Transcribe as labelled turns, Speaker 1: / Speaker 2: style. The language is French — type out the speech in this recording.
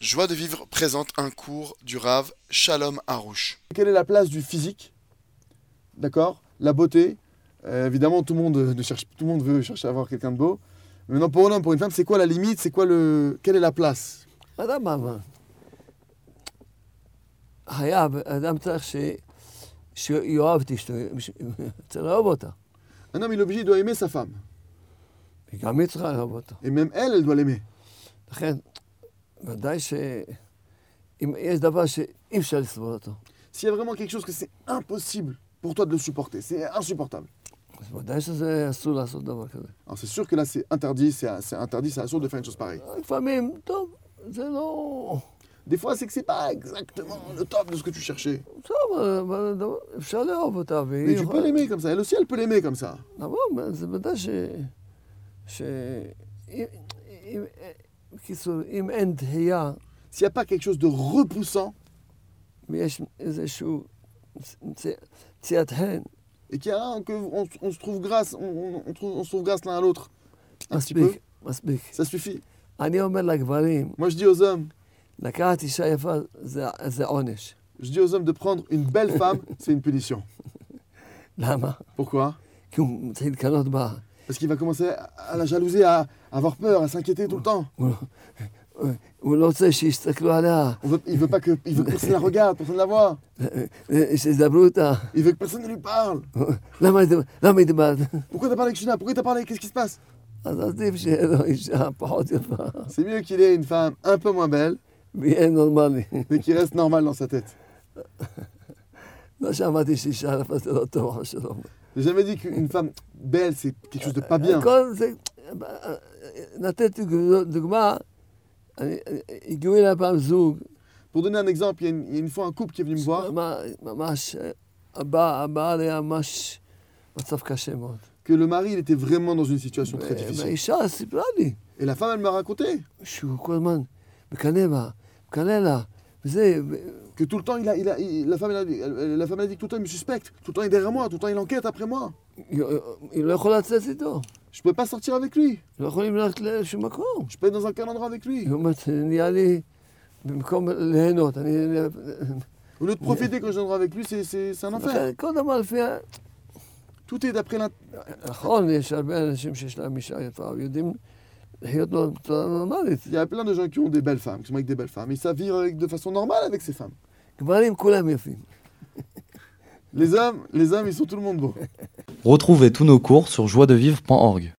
Speaker 1: Joie de vivre présente un cours du Rave Shalom Harouche.
Speaker 2: Quelle est la place du physique D'accord La beauté Euh, Évidemment, tout le, monde euh, ne cherche, tout le monde veut chercher à avoir quelqu'un de beau. Mais Maintenant, pour un homme, pour une femme, c'est quoi la limite C'est quoi le... Quelle est la place
Speaker 3: אדם אבל חייב, אדם צריך ש... שיאהב את אשתו, ש- צריך לאהוב אותה.
Speaker 2: Un homme, il est obligé, il doit aimer sa femme.
Speaker 3: וגם היא צריכה לאהוב אותו.
Speaker 2: Et même elle, elle doit l'aimer.
Speaker 3: לכן, ודאי ש... אם יש דבר שאי אפשר לסבול אותו,
Speaker 2: S'il y a vraiment quelque chose que c'est impossible pour toi de le supporter, c'est insupportable.
Speaker 3: אז ודאי שזה אסור לעשות דבר כזה.
Speaker 2: Alors c'est sûr que là, c'est interdit, c'est c'est interdit, c'est assuré de faire une chose pareille.
Speaker 3: לפעמים, טוב, זה לא...
Speaker 2: Des fois, c'est que c'est pas exactement le top de ce que tu cherchais.
Speaker 3: טוב, אבל דבר- אפשר לאהוב אותה,
Speaker 2: Mais
Speaker 3: והיא...
Speaker 2: tu peux
Speaker 3: יכולה-
Speaker 2: l'aimer comme ça. Elle aussi, elle peut l'aimer comme ça.
Speaker 3: נכון, זה ודאי ש... ש... אם... אם... בקיצור, אם אין דחייה,
Speaker 2: S'il n'y a pas quelque chose de repoussant
Speaker 3: ויש איזשהו מציאת חן,
Speaker 2: et qu'il y a un que on, on se trouve grâce, on, on- on trouve, on se trouve grâce l'un à l'autre, un petit peu,
Speaker 3: מספיק, מספיק.
Speaker 2: ça suffit.
Speaker 3: אני אומר לגברים,
Speaker 2: Moi, je dis aux hommes,
Speaker 3: לקחת אישה יפה זה- זה עונש.
Speaker 2: je dis aux hommes de prendre une belle femme, c'est une punition.
Speaker 3: למה?
Speaker 2: Pourquoi
Speaker 3: כי הוא מתחיל להתקנות בה.
Speaker 2: Parce qu'il va commencer à, à la jalouser, à, à avoir peur, à s'inquiéter tout le temps.
Speaker 3: הוא- הוא- הוא לא רוצה שיסתכלו עליה,
Speaker 2: On veut, il veut pas que, il veut que personne la regarde, personne la voit.
Speaker 3: שידברו איתה.
Speaker 2: Il veut que personne ne lui parle.
Speaker 3: למה היא- למה היא דיברת?
Speaker 2: Pourquoi t'as parlé avec Shuna Pourquoi t'as parlé Qu'est-ce qui se passe
Speaker 3: אז עדיף שיהיה לו אישה פחות יפה,
Speaker 2: C'est mieux qu'il ait une femme un peu moins belle,
Speaker 3: ויהיה נורמלי.
Speaker 2: mais qui reste normale dans sa tête.
Speaker 3: לא שאמרתי שאישה יפה זה לא טוב, חס ושלום.
Speaker 2: J'ai jamais dit qu'une femme belle, c'est quelque chose de pas bien.
Speaker 3: הכל זה... נתתי דוגמה, אני- הגיעו אליי פעם זוג,
Speaker 2: Pour donner un exemple, il y, a une- il y a une fois un couple qui est venu me voir,
Speaker 3: ממש, הבע- הבעל היה ממש מצב קשה מאוד. אה,
Speaker 2: que le mari, il était vraiment dans une situation très difficile.
Speaker 3: והאישה סיפרה לי
Speaker 2: Et la femme, elle m'a raconté
Speaker 3: שהוא כל הזמן מקנא בה, מקנא לה, וזה,
Speaker 2: que tout le temps, il a, il a- il- la, femme, elle a, dit- elle- la femme, elle a dit que tout le temps, il me suspecte. Tout le temps, il est derrière moi. Tout le temps, il enquête après moi.
Speaker 3: והיא היא לא יכולה לצאת איתו,
Speaker 2: Je pouvais pas sortir avec lui.
Speaker 3: לא יכולים ללכת לשום מקום.
Speaker 2: Je peux être dans un calendrier avec lui.
Speaker 3: היא אומרת, נהיה לי, במקום ליהנות, אני...
Speaker 2: Au lieu de profiter quand je viendrai avec lui, c'est- c'est c'est un enfer.
Speaker 3: לכן, כל דבר לפי... ה-
Speaker 2: Tout est d'après l'int-
Speaker 3: נכון, יש הרבה אנשים שיש להם אישה יפה, ויודעים לחיות נור- בצורה נורמלית.
Speaker 2: Il y a plein de gens qui ont des belles femmes, qui sont avec des belles femmes. Ils savent vivre avec- de façon normale avec ces femmes.
Speaker 3: גברים כולם יפים.
Speaker 2: Les hommes, les hommes, ils sont tout le monde beau.
Speaker 4: Retrouvez tous nos cours sur joiedevivre.org.